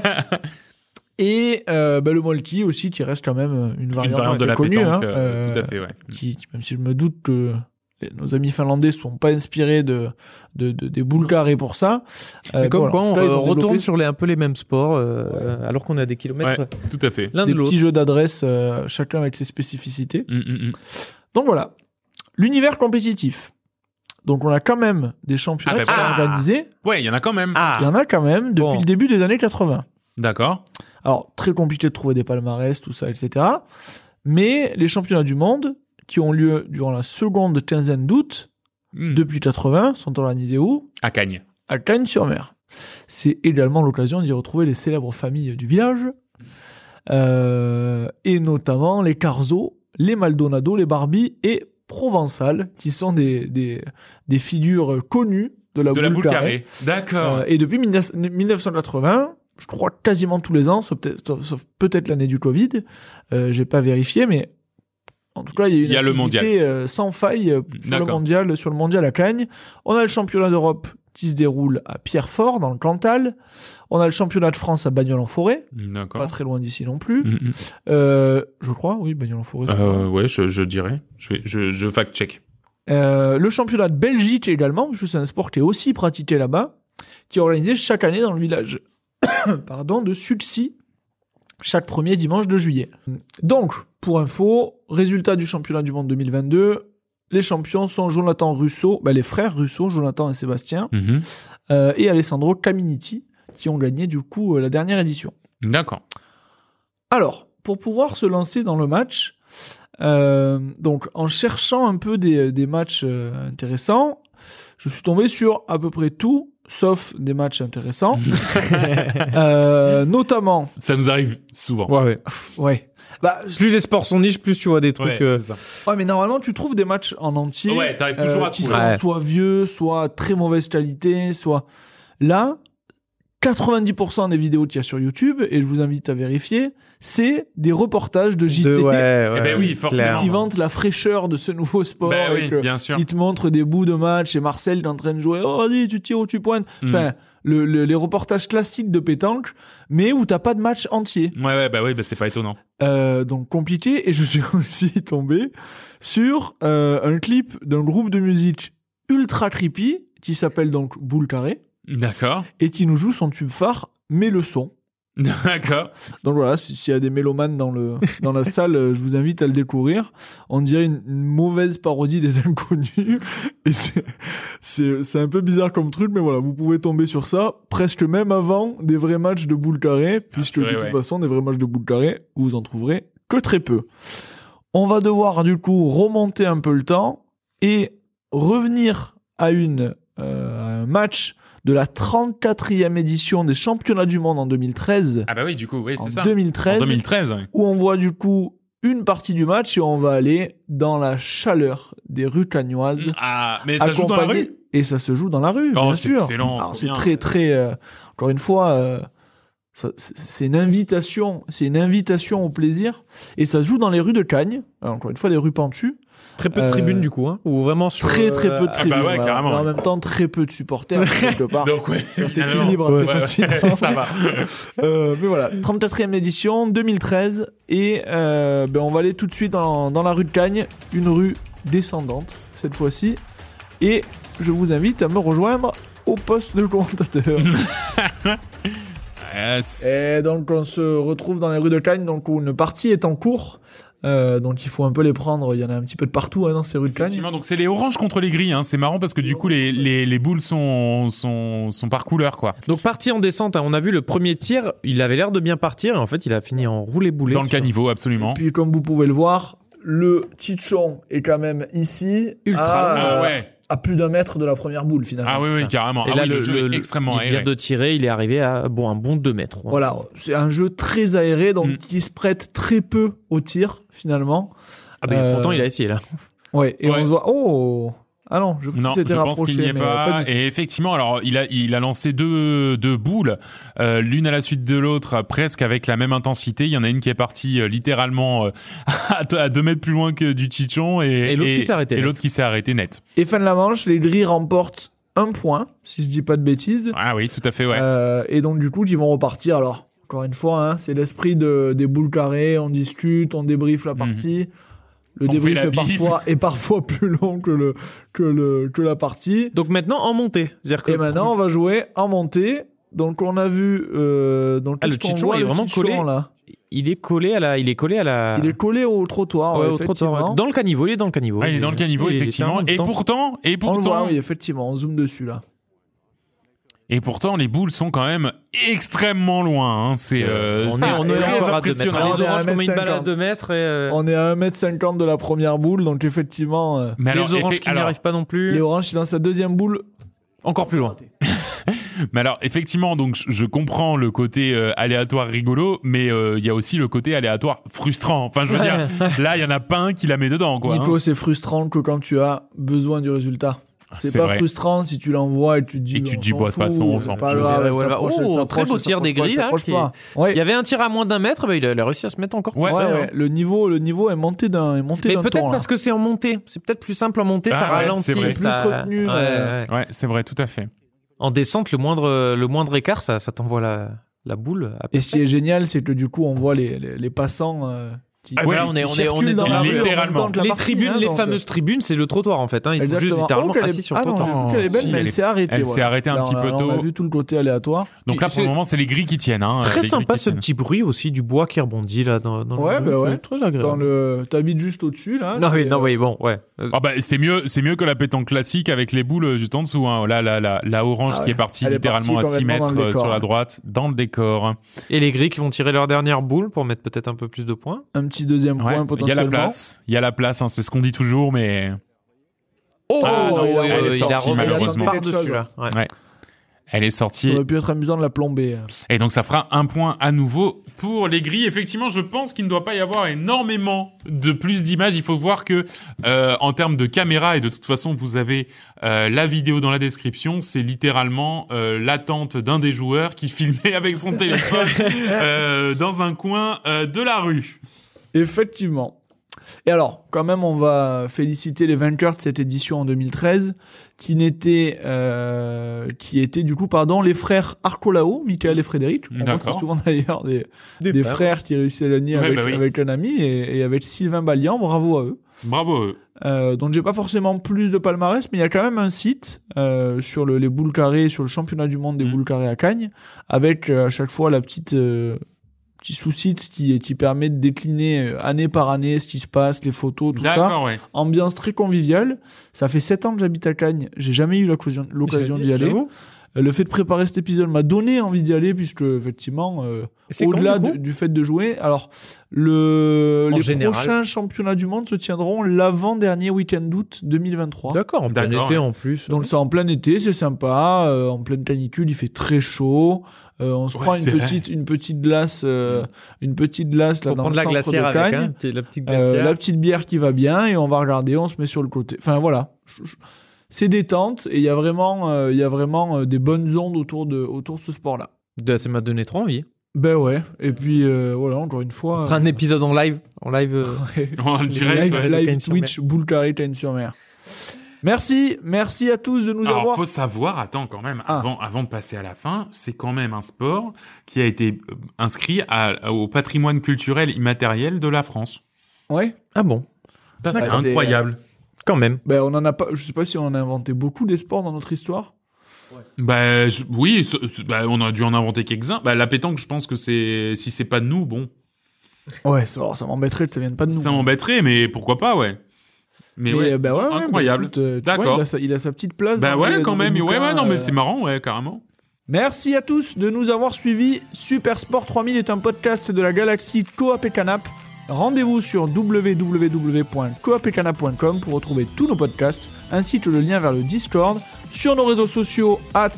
[SPEAKER 1] Et euh, bah, le molki aussi qui reste quand même euh, une
[SPEAKER 3] Une
[SPEAKER 1] variante,
[SPEAKER 3] variante de
[SPEAKER 1] assez
[SPEAKER 3] la
[SPEAKER 1] connue,
[SPEAKER 3] pétanque.
[SPEAKER 1] hein,
[SPEAKER 3] euh, Tout
[SPEAKER 1] euh,
[SPEAKER 3] à fait, ouais.
[SPEAKER 1] qui, qui- même si je me doute que les- nos amis finlandais ne sont pas inspirés de, de, de- des boules carrées pour ça. Euh,
[SPEAKER 4] Mais comme
[SPEAKER 1] bon, alors,
[SPEAKER 4] quoi,
[SPEAKER 1] là,
[SPEAKER 4] on
[SPEAKER 1] ils
[SPEAKER 4] euh,
[SPEAKER 1] ont développé
[SPEAKER 4] retourne sur les, un peu les mêmes sports, euh, euh, alors qu'on est à des kilomètres
[SPEAKER 3] Ouais. Tout à fait.
[SPEAKER 4] l'un de
[SPEAKER 1] des
[SPEAKER 4] l'autre.
[SPEAKER 1] petits jeux d'adresse, euh, chacun avec ses spécificités.
[SPEAKER 3] Mm, mm, mm.
[SPEAKER 1] Donc voilà, l'univers compétitif. Donc on a quand même des championnats
[SPEAKER 3] Ah, bah
[SPEAKER 1] qui sont
[SPEAKER 3] voilà.
[SPEAKER 1] organisés.
[SPEAKER 3] Ouais, il y en a quand même.
[SPEAKER 1] Il y
[SPEAKER 4] Ah
[SPEAKER 1] en a quand même depuis
[SPEAKER 4] Bon.
[SPEAKER 1] le début des années 80.
[SPEAKER 3] D'accord.
[SPEAKER 1] Alors très compliqué de trouver des palmarès, tout ça, etc. Mais les championnats du monde qui ont lieu durant la seconde quinzaine d'août
[SPEAKER 3] Mm.
[SPEAKER 1] depuis 80 sont organisés où
[SPEAKER 3] À Cagnes.
[SPEAKER 1] à Cannes-sur-Mer. C'est également l'occasion d'y retrouver les célèbres familles du village, euh, et notamment les Carzo, les Maldonado, les Barbie et Provençal, qui sont des, des, des figures connues de la,
[SPEAKER 3] De la boule carrée.
[SPEAKER 1] Euh,
[SPEAKER 3] D'accord.
[SPEAKER 1] et depuis 19- 1980, je crois quasiment tous les ans, sauf peut-être sauf- sauf peut-être l'année du Covid, euh, j'ai pas vérifié, mais en tout cas, il y a une
[SPEAKER 3] Il y a le
[SPEAKER 1] activité, euh, sans faille euh, sur le,
[SPEAKER 3] D'accord.
[SPEAKER 1] mondial, sur le mondial à Cagnes. On a le championnat d'Europe qui se déroule à Pierrefort, dans le Cantal. On a le championnat de France à Bagnols-en-Forêt, pas
[SPEAKER 3] Mm, D'accord.
[SPEAKER 1] très loin d'ici non plus.
[SPEAKER 3] Mm, mm.
[SPEAKER 1] Euh, je crois, oui, Bagnols-en-Forêt.
[SPEAKER 3] Euh, ouais, je, je dirais. Je, vais- je, je fact-check.
[SPEAKER 1] Euh, le championnat de Belgique également, parce que c'est un sport qui est aussi pratiqué là-bas, qui est organisé chaque année dans le village pardon, de Sulcy, chaque premier dimanche de juillet. Donc, pour info, résultat du championnat du monde 2022, les champions sont Jonathan Russo, bah, les frères Russo, Jonathan et Sébastien,
[SPEAKER 3] Mhm.
[SPEAKER 1] euh, et Alessandro Caminiti, qui ont gagné du coup euh, la dernière édition.
[SPEAKER 3] D'accord.
[SPEAKER 1] Alors, pour pouvoir se lancer dans le match, Euh, donc, en cherchant un peu des, des matchs euh, intéressants, je suis tombé sur à peu près tout, sauf des matchs intéressants. Euh, notamment,
[SPEAKER 3] Ça nous arrive souvent.
[SPEAKER 4] Ouais, ouais.
[SPEAKER 1] ouais. Bah,
[SPEAKER 4] Plus les sports sont niches, plus tu vois des trucs.
[SPEAKER 3] Ouais,
[SPEAKER 4] euh,
[SPEAKER 3] c'est ça.
[SPEAKER 1] ouais, mais normalement, tu trouves des matchs en entier. euh,
[SPEAKER 3] Ouais, t'arrives toujours à
[SPEAKER 1] qui
[SPEAKER 3] trouver.
[SPEAKER 1] sont
[SPEAKER 4] Ouais.
[SPEAKER 1] soit vieux, soit très mauvaise qualité, soit. Là, 90% des vidéos qu'il y a sur YouTube, et je vous invite à vérifier, c'est des reportages de JT
[SPEAKER 4] de- ouais, ouais,
[SPEAKER 3] Eh ben oui,
[SPEAKER 4] c'est
[SPEAKER 3] forcément.
[SPEAKER 4] clair.
[SPEAKER 1] qui vantent la fraîcheur de ce nouveau sport.
[SPEAKER 3] Bah
[SPEAKER 1] et
[SPEAKER 3] oui,
[SPEAKER 1] que
[SPEAKER 3] bien sûr.
[SPEAKER 1] il te montre des bouts de match et Marcel est en train de jouer. Oh, vas-y, tu tires ou tu pointes.
[SPEAKER 3] Mm.
[SPEAKER 1] Enfin, le- le- les reportages classiques de pétanque, mais où t'as pas de match entier.
[SPEAKER 3] Ouais, ouais, bah oui, bah c'est pas étonnant.
[SPEAKER 1] Euh, donc compliqué et je suis aussi tombé sur euh, un clip d'un groupe de musique ultra creepy qui s'appelle donc Boule Carré
[SPEAKER 3] D'accord.
[SPEAKER 1] et qui nous joue son tube phare mais le son.
[SPEAKER 3] D'accord.
[SPEAKER 1] Donc voilà, si- s'il y a des mélomanes dans, le, dans la salle, euh, je vous invite à le découvrir. On dirait une, une mauvaise parodie des inconnus. Et c'est- c'est c'est un peu bizarre comme truc, mais voilà, vous pouvez tomber sur ça presque même avant des vrais matchs de boule carré, puisque
[SPEAKER 3] purée,
[SPEAKER 1] de toute
[SPEAKER 3] ouais.
[SPEAKER 1] façon, des vrais matchs de boule carré, vous en trouverez que très peu. On va devoir du coup remonter un peu le temps et revenir à, une, euh, à un match de la 34e édition des championnats du monde en 2013
[SPEAKER 3] Ah bah oui, du coup, oui,
[SPEAKER 1] en
[SPEAKER 3] c'est ça.
[SPEAKER 1] 2013,
[SPEAKER 3] En 2013, ouais.
[SPEAKER 1] où on voit du coup une partie du match et on va aller dans la chaleur des rues cagnoises.
[SPEAKER 3] Ah, mais ça joue dans la
[SPEAKER 1] accompagné-
[SPEAKER 3] rue
[SPEAKER 1] Et ça se joue dans la rue,
[SPEAKER 3] Oh,
[SPEAKER 1] bien
[SPEAKER 3] c'est
[SPEAKER 1] sûr.
[SPEAKER 3] excellent,
[SPEAKER 1] Alors,
[SPEAKER 3] trop
[SPEAKER 1] c'est
[SPEAKER 3] bien.
[SPEAKER 1] très, très. euh, encore une fois, euh, ça- c'est c'est une invitation. C'est une invitation au plaisir. Et ça se joue dans les rues de Cagnes. Alors, encore une fois, les rues pentues.
[SPEAKER 4] Très peu de
[SPEAKER 1] Euh,
[SPEAKER 4] tribunes du coup, hein, ou vraiment sur,
[SPEAKER 1] Très, très peu de
[SPEAKER 4] euh,
[SPEAKER 3] bah
[SPEAKER 1] tribunes.
[SPEAKER 3] ouais,
[SPEAKER 1] voilà.
[SPEAKER 3] carrément,
[SPEAKER 1] Mais en
[SPEAKER 3] ouais.
[SPEAKER 1] même temps, très peu de supporters, quelque part.
[SPEAKER 3] Donc ouais,
[SPEAKER 1] Ça
[SPEAKER 3] finalement.
[SPEAKER 1] s'équilibre
[SPEAKER 3] Ouais,
[SPEAKER 1] assez
[SPEAKER 3] ouais,
[SPEAKER 1] facilement.
[SPEAKER 3] ouais, ça va.
[SPEAKER 1] Euh, mais voilà, 34e édition, 2013, et euh, ben, on va aller tout de suite dans, dans la rue de Cagne, une rue descendante cette fois-ci, et je vous invite à me rejoindre au poste de commentateur.
[SPEAKER 3] Euh, c'est-
[SPEAKER 1] et donc on se retrouve dans la rue de Cagne, donc où une partie est en cours, euh, donc il faut un peu les prendre, il y en a un petit peu de partout hein, dans ces rues de Cagne.
[SPEAKER 3] Effectivement, donc c'est les oranges contre les gris, hein. c'est marrant parce que du coup les, les, les boules sont, sont, sont par couleur quoi.
[SPEAKER 4] Donc parti en descente, hein. on a vu le premier tir, il avait l'air de bien partir et en fait il a fini en roulé boulet.
[SPEAKER 3] Dans le caniveau, absolument.
[SPEAKER 1] Puis comme vous pouvez le voir, le tichon est quand même ici,
[SPEAKER 4] Ultra.
[SPEAKER 1] à,
[SPEAKER 3] Ah ouais,
[SPEAKER 1] à plus d'un mètre de la première boule finalement.
[SPEAKER 3] ah oui, oui, carrément.
[SPEAKER 4] Et
[SPEAKER 3] ah
[SPEAKER 4] là
[SPEAKER 3] oui, le,
[SPEAKER 4] le,
[SPEAKER 3] jeu
[SPEAKER 4] le-
[SPEAKER 3] est extrêmement
[SPEAKER 4] il
[SPEAKER 3] aéré.
[SPEAKER 4] vient de tirer, il est arrivé à bon un bon 2 mètres. hein.
[SPEAKER 1] Voilà, c'est un jeu très aéré, donc
[SPEAKER 3] Mm.
[SPEAKER 1] qui se prête très peu au tir, finalement.
[SPEAKER 4] Ah ben,
[SPEAKER 1] Euh,
[SPEAKER 4] pourtant il a essayé là.
[SPEAKER 1] Ouais, et
[SPEAKER 3] Ouais.
[SPEAKER 1] on se voit. Oh Ah non, je crois
[SPEAKER 3] Non,
[SPEAKER 1] que
[SPEAKER 3] je
[SPEAKER 1] c'était
[SPEAKER 3] pense qu'il n'y
[SPEAKER 1] rapproché,
[SPEAKER 3] est
[SPEAKER 1] mais
[SPEAKER 3] pas.
[SPEAKER 1] pas du tout.
[SPEAKER 3] Et effectivement, alors il a il a lancé deux deux boules, euh, l'une à la suite de l'autre, euh, presque avec la même intensité. Il y en a une qui est partie euh, littéralement euh, à, à deux mètres plus loin que du Chichon et,
[SPEAKER 4] Et l'autre qui s'est arrêté
[SPEAKER 3] Et
[SPEAKER 4] net.
[SPEAKER 3] l'autre qui s'est arrêté net.
[SPEAKER 1] Et fin de la manche, les grilles remportent un point, si je dis pas de bêtises.
[SPEAKER 3] Ah oui, tout à fait, ouais.
[SPEAKER 1] Euh, et donc, du coup, ils vont repartir. Alors, encore une fois, hein, c'est l'esprit de, des boules carrées, on discute, on débriefe la partie. Le
[SPEAKER 3] Mhm. On
[SPEAKER 1] débrief
[SPEAKER 3] fait la
[SPEAKER 1] est
[SPEAKER 3] bise.
[SPEAKER 1] parfois, est parfois plus long que, le, que, le, que la partie.
[SPEAKER 4] Donc maintenant en montée, c'est-à-dire que
[SPEAKER 1] Et maintenant, on va jouer en montée. Donc, on a vu. Euh, donc,
[SPEAKER 4] Ah, le
[SPEAKER 1] qu'est-ce qu'on
[SPEAKER 4] Chichon
[SPEAKER 1] voit,
[SPEAKER 4] est
[SPEAKER 1] le
[SPEAKER 4] vraiment
[SPEAKER 1] Chichon,
[SPEAKER 4] collé.
[SPEAKER 1] là
[SPEAKER 4] il est collé à la il est collé à la
[SPEAKER 1] Il est collé au trottoir.
[SPEAKER 4] Ouais,
[SPEAKER 1] ouais,
[SPEAKER 4] au trottoir,
[SPEAKER 1] Oh, effectivement.
[SPEAKER 4] ouais. dans le caniveau, il est dans le caniveau.
[SPEAKER 3] Ah, il est dans le caniveau,
[SPEAKER 4] il est
[SPEAKER 3] effectivement.
[SPEAKER 4] littéralement
[SPEAKER 3] Et
[SPEAKER 4] dedans.
[SPEAKER 3] pourtant, et
[SPEAKER 1] On le voit,
[SPEAKER 3] pourtant,
[SPEAKER 1] oui, effectivement. On zoome dessus, là.
[SPEAKER 3] et pourtant, les boules sont quand même extrêmement loin. hein. C'est euh,
[SPEAKER 4] on
[SPEAKER 3] c'est
[SPEAKER 4] est on est
[SPEAKER 3] très
[SPEAKER 4] encore à 2 mètres.
[SPEAKER 3] impressionnant.
[SPEAKER 1] Alors, Ah, on est
[SPEAKER 4] Les
[SPEAKER 1] à
[SPEAKER 4] oranges on met une balle à
[SPEAKER 1] 1m50.
[SPEAKER 4] 2 mètres et euh,
[SPEAKER 1] On est à 1m50 de la première boule, donc effectivement, euh,
[SPEAKER 3] Mais alors,
[SPEAKER 4] les oranges
[SPEAKER 3] effe-
[SPEAKER 4] qui
[SPEAKER 3] alors,
[SPEAKER 4] n'arrivent pas non plus.
[SPEAKER 1] les oranges, il lance sa deuxième boule.
[SPEAKER 4] Encore Mmh. plus loin.
[SPEAKER 3] Mais alors, effectivement, donc je- je comprends le côté euh, aléatoire rigolo, mais euh, il y a aussi le côté aléatoire frustrant. Enfin, je veux dire, là, il y en a pas un qui la met dedans, quoi. hein.
[SPEAKER 1] Nico, c'est frustrant que quand tu as besoin du résultat. C'est
[SPEAKER 4] Ah,
[SPEAKER 3] c'est
[SPEAKER 1] pas
[SPEAKER 3] vrai.
[SPEAKER 1] frustrant si tu l'envoies et tu te dis.
[SPEAKER 3] Et tu te
[SPEAKER 1] on
[SPEAKER 3] dis,
[SPEAKER 1] s'en
[SPEAKER 3] bah, de toute
[SPEAKER 1] fout,
[SPEAKER 3] façon, on s'en
[SPEAKER 1] c'est pas
[SPEAKER 3] fout.
[SPEAKER 1] grave,
[SPEAKER 4] Ouais,
[SPEAKER 1] elle
[SPEAKER 4] ouais, ouais,
[SPEAKER 1] s'approche,
[SPEAKER 4] oh,
[SPEAKER 1] elle
[SPEAKER 4] très
[SPEAKER 1] s'approche,
[SPEAKER 4] beau
[SPEAKER 1] elle
[SPEAKER 4] tir des
[SPEAKER 1] s'approche pas,
[SPEAKER 4] grilles,
[SPEAKER 1] elle
[SPEAKER 4] là,
[SPEAKER 1] s'approche
[SPEAKER 4] qui-
[SPEAKER 1] pas.
[SPEAKER 4] Il y
[SPEAKER 1] Ouais,
[SPEAKER 4] avait un tir à moins d'un mètre, bah, il, a, il a réussi à se mettre encore.
[SPEAKER 3] Ouais,
[SPEAKER 4] plus
[SPEAKER 1] ouais,
[SPEAKER 4] près, hein.
[SPEAKER 1] ouais. Le niveau, le niveau est monté d'un, est monté
[SPEAKER 4] Mais
[SPEAKER 1] d'un
[SPEAKER 4] peut-être
[SPEAKER 1] ton, là.
[SPEAKER 4] parce que c'est en montée. C'est peut-être plus simple en montée,
[SPEAKER 3] Ah
[SPEAKER 4] ça
[SPEAKER 3] ouais,
[SPEAKER 4] ralentit.
[SPEAKER 3] c'est vrai.
[SPEAKER 4] ça-
[SPEAKER 1] Plus retenu,
[SPEAKER 4] Ouais,
[SPEAKER 1] euh,
[SPEAKER 4] ouais.
[SPEAKER 3] Ouais, c'est vrai, tout à fait.
[SPEAKER 4] En descente, le moindre, le moindre écart, ça, ça t'envoie la, la boule. à peu
[SPEAKER 1] Et ce qui est génial, c'est que du coup, on voit les, les, les passants euh, qui.
[SPEAKER 3] Ah,
[SPEAKER 4] près.
[SPEAKER 3] ouais,
[SPEAKER 4] Là, on est, on est, on
[SPEAKER 1] circulent
[SPEAKER 4] est
[SPEAKER 1] dans
[SPEAKER 4] dans
[SPEAKER 1] la rue en même
[SPEAKER 3] littéralement.
[SPEAKER 1] temps que la
[SPEAKER 4] les
[SPEAKER 1] partie,
[SPEAKER 4] tribunes,
[SPEAKER 1] hein,
[SPEAKER 4] les
[SPEAKER 1] donc,
[SPEAKER 4] fameuses tribunes, c'est le trottoir en fait. Hein. Ils sont juste
[SPEAKER 1] Exactement. Oh,
[SPEAKER 4] littéralement
[SPEAKER 1] qu'elle est-
[SPEAKER 4] assis sur
[SPEAKER 1] ah
[SPEAKER 4] le
[SPEAKER 1] non, j'ai
[SPEAKER 4] trottoir.
[SPEAKER 1] vu qu'elle est belle,
[SPEAKER 3] Si,
[SPEAKER 1] mais
[SPEAKER 3] elle
[SPEAKER 1] elle
[SPEAKER 3] est-
[SPEAKER 1] s'est arrêtée.
[SPEAKER 3] Elle
[SPEAKER 1] voilà.
[SPEAKER 3] s'est arrêtée un
[SPEAKER 1] Là,
[SPEAKER 3] petit
[SPEAKER 1] on a-
[SPEAKER 3] peu
[SPEAKER 1] là, On a
[SPEAKER 3] tôt.
[SPEAKER 1] vu tout le côté aléatoire.
[SPEAKER 3] Donc là,
[SPEAKER 4] Et
[SPEAKER 3] pour le
[SPEAKER 4] c'est-
[SPEAKER 3] moment, c'est les grilles qui tiennent. hein, les
[SPEAKER 4] Très
[SPEAKER 3] grilles
[SPEAKER 4] sympa
[SPEAKER 3] qui
[SPEAKER 4] ce
[SPEAKER 3] tiennent.
[SPEAKER 4] petit bruit aussi du bois qui rebondit là dans, dans
[SPEAKER 1] Ouais,
[SPEAKER 4] le.
[SPEAKER 1] bah ouais.
[SPEAKER 4] C'est Très
[SPEAKER 1] Dans
[SPEAKER 3] Euh.
[SPEAKER 4] agréable.
[SPEAKER 1] le, t'habites juste au-dessus, là.
[SPEAKER 4] Non, mais,
[SPEAKER 1] Et,
[SPEAKER 4] non,
[SPEAKER 1] euh,
[SPEAKER 4] oui, bon, ouais. Euh,
[SPEAKER 3] Ah bah, c'est mieux, c'est mieux que la pétanque classique avec les boules euh, juste en dessous. Hein. Là, la, la, la orange
[SPEAKER 1] Ah
[SPEAKER 3] qui
[SPEAKER 1] ouais.
[SPEAKER 3] est partie
[SPEAKER 1] Elle est
[SPEAKER 3] littéralement
[SPEAKER 1] partie
[SPEAKER 3] à 6
[SPEAKER 1] complètement
[SPEAKER 3] mètres
[SPEAKER 1] dans le
[SPEAKER 3] euh, sur
[SPEAKER 1] décor. hein.
[SPEAKER 3] la droite, dans le décor.
[SPEAKER 4] Et les grilles qui vont tirer leur dernière boule pour mettre peut-être un peu plus de points.
[SPEAKER 1] euh, Un petit deuxième
[SPEAKER 3] Ouais,
[SPEAKER 1] point
[SPEAKER 3] Il y a
[SPEAKER 1] potentiellement.
[SPEAKER 3] la place, il y a la place, hein, c'est ce qu'on dit toujours, mais
[SPEAKER 4] Oh,
[SPEAKER 3] Ah, non,
[SPEAKER 4] il, a,
[SPEAKER 3] elle est
[SPEAKER 4] il a
[SPEAKER 3] sortie,
[SPEAKER 4] remis
[SPEAKER 3] malheureusement.
[SPEAKER 4] par-dessus, là. Ouais.
[SPEAKER 3] elle est
[SPEAKER 1] Ça
[SPEAKER 3] sortie.
[SPEAKER 1] aurait pu être amusant de la plomber. hein.
[SPEAKER 3] Et donc ça fera un point à nouveau pour les grilles. Effectivement, je pense qu'il ne doit pas y avoir énormément de plus d'images. Il faut voir que euh, en termes de caméra et de toute façon, vous avez euh, la vidéo dans la description. C'est littéralement euh, l'attente d'un des joueurs qui filmait avec son téléphone euh, dans un coin euh, de la rue.
[SPEAKER 1] Effectivement. Et alors, quand même, on va féliciter les vainqueurs de cette édition en 2013, qui n'étaient, euh, qui étaient du coup, pardon, les frères Arcolao, Michael et Frédéric. On voit que c'est
[SPEAKER 3] D'accord.
[SPEAKER 1] souvent d'ailleurs des, des frères qui réussissent à le nier
[SPEAKER 3] Ouais,
[SPEAKER 1] avec,
[SPEAKER 3] bah oui.
[SPEAKER 1] avec un ami et, et avec Sylvain Ballian. Bravo à eux.
[SPEAKER 3] Bravo. à eux.
[SPEAKER 1] Euh, donc j'ai pas forcément plus de palmarès, mais il y a quand même un site euh, sur le, les boules carrées, sur le championnat du monde des
[SPEAKER 3] Mhm.
[SPEAKER 1] boules carrées à Cagnes, avec euh, à chaque fois la petite euh, petit sous-site qui qui permet de décliner euh, année par année ce qui se passe, les photos, tout ça.
[SPEAKER 3] D'accord, ouais.
[SPEAKER 1] Ambiance très conviviale. Ça fait sept ans que j'habite à Cagnes, j'ai jamais eu l'occasion l'occasion d'y aller.
[SPEAKER 4] J'avoue.
[SPEAKER 1] Euh, Le fait de préparer cet épisode m'a donné envie d'y aller puisque effectivement. euh,
[SPEAKER 4] C'est quand,
[SPEAKER 1] au-delà
[SPEAKER 4] du coup
[SPEAKER 1] de- du fait de jouer, alors le,
[SPEAKER 4] En
[SPEAKER 1] les
[SPEAKER 4] général.
[SPEAKER 1] prochains championnats du monde se tiendront l'avant-dernier week-end d'août 2023.
[SPEAKER 4] D'accord, en plein
[SPEAKER 3] D'accord,
[SPEAKER 4] été
[SPEAKER 3] ouais.
[SPEAKER 4] en plus.
[SPEAKER 1] Donc c'est en plein été, c'est sympa, euh, en pleine canicule, il fait très chaud. euh, on se
[SPEAKER 3] Ouais,
[SPEAKER 1] prend une
[SPEAKER 3] c'est vrai.
[SPEAKER 1] petite, une petite glace, euh, une petite glace là
[SPEAKER 4] Pour
[SPEAKER 1] dans le
[SPEAKER 4] prendre la
[SPEAKER 1] centre
[SPEAKER 4] glacière
[SPEAKER 1] de
[SPEAKER 4] avec,
[SPEAKER 1] Cagnes.
[SPEAKER 4] hein, t'es la petite
[SPEAKER 1] Euh,
[SPEAKER 4] glacière.
[SPEAKER 1] la petite bière qui va bien et on va regarder, on se met sur le côté. Enfin voilà, Je- je- c'est détente et il y a vraiment, euh, il y a vraiment euh, des bonnes ondes autour de, autour de ce sport-là.
[SPEAKER 4] De- Ça m'a donné trop envie.
[SPEAKER 1] Ben ouais. Et puis euh, voilà, encore une fois.
[SPEAKER 4] Après un épisode en live, en live. euh,
[SPEAKER 1] euh,
[SPEAKER 3] En direct,
[SPEAKER 1] live,
[SPEAKER 3] ouais.
[SPEAKER 4] de
[SPEAKER 1] live
[SPEAKER 4] Cagnes-sur-Mer.
[SPEAKER 1] Twitch, boule carrée, sur mer. Merci, merci à tous de nous
[SPEAKER 3] Alors,
[SPEAKER 1] avoir.
[SPEAKER 3] faut savoir, attends quand même,
[SPEAKER 1] Ah.
[SPEAKER 3] avant, avant de passer à la fin, c'est quand même un sport qui a été euh, inscrit à- au patrimoine culturel immatériel de la France.
[SPEAKER 1] Ouais.
[SPEAKER 4] Ah bon,
[SPEAKER 3] Ça, c'est
[SPEAKER 1] D'accord.
[SPEAKER 3] incroyable.
[SPEAKER 4] quand même.
[SPEAKER 1] Ben on en a pas. Je sais pas si on en a inventé beaucoup des sports dans notre histoire.
[SPEAKER 3] Bah je- oui, ce- ce- bah, on a dû en inventer quelques-uns. Bah, la pétanque, je pense que c'est si c'est pas de nous, bon,
[SPEAKER 1] Ouais, ça, alors, Oh, ça m'embêterait que ça vienne pas de nous.
[SPEAKER 3] ça m'embêterait, mais pourquoi pas, ouais. Mais, ouais,
[SPEAKER 1] euh, ben ouais, ouais,
[SPEAKER 3] incroyable.
[SPEAKER 1] ben écoute, euh, tu vois,
[SPEAKER 3] D'accord.
[SPEAKER 1] il a sa- il, a sa petite place.
[SPEAKER 3] bah
[SPEAKER 1] dans les-
[SPEAKER 3] ouais,
[SPEAKER 1] dans
[SPEAKER 3] quand
[SPEAKER 1] les
[SPEAKER 3] même. Ouais,
[SPEAKER 1] bouquins,
[SPEAKER 3] ouais, non,
[SPEAKER 1] euh,
[SPEAKER 3] mais c'est marrant, ouais, carrément.
[SPEAKER 1] Merci à tous de nous avoir suivis. Super Sport 3000 est un podcast de la galaxie Coop et Canap. Rendez-vous sur www.coopetcanap.com pour retrouver tous nos podcasts ainsi que le lien vers le Discord. Sur nos réseaux sociaux, at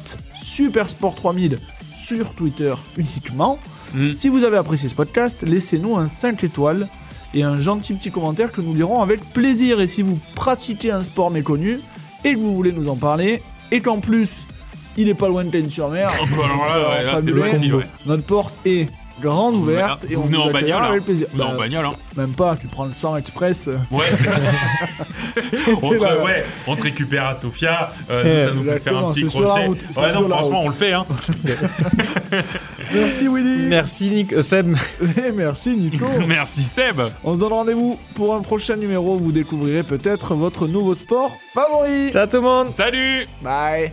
[SPEAKER 1] Supersport 3000 sur Twitter uniquement.
[SPEAKER 3] Mm.
[SPEAKER 1] Si vous avez apprécié ce podcast, laissez-nous un 5 étoiles et un gentil petit commentaire que nous lirons avec plaisir. Et si vous pratiquez un sport méconnu et que vous voulez nous en parler, et qu'en plus, il est pas loin de Cagnes sur mer,
[SPEAKER 3] Oh, bah, alors là, ouais, là, c'est
[SPEAKER 1] fabuleux.
[SPEAKER 3] facile, ouais.
[SPEAKER 1] notre porte est grande ouverte et
[SPEAKER 3] Vous
[SPEAKER 1] on
[SPEAKER 3] venez
[SPEAKER 1] vous
[SPEAKER 3] en
[SPEAKER 1] accueillera
[SPEAKER 3] bagnole,
[SPEAKER 1] avec plaisir.
[SPEAKER 3] Ou dans
[SPEAKER 1] Bah,
[SPEAKER 3] la bagnole, hein.
[SPEAKER 1] même pas, tu prends le 100 express.
[SPEAKER 3] Ouais. on,
[SPEAKER 1] Et bah,
[SPEAKER 3] te, ouais, on te récupère à Sofia. euh,
[SPEAKER 4] Eh,
[SPEAKER 3] ça nous fait faire un
[SPEAKER 1] exactement,
[SPEAKER 3] petit
[SPEAKER 1] c'est sur la
[SPEAKER 3] crochet.
[SPEAKER 1] route, c'est
[SPEAKER 3] ouais,
[SPEAKER 1] sur
[SPEAKER 3] non,
[SPEAKER 1] la
[SPEAKER 3] franchement,
[SPEAKER 1] route.
[SPEAKER 3] on le fait. Hein.
[SPEAKER 1] Merci Willy
[SPEAKER 4] Merci Nick, euh, Seb.
[SPEAKER 1] Et merci Nico
[SPEAKER 3] Merci Seb.
[SPEAKER 1] On se donne rendez-vous pour un prochain numéro où vous découvrirez peut-être votre nouveau sport favori
[SPEAKER 4] Ciao tout le monde.
[SPEAKER 3] Salut.
[SPEAKER 1] Bye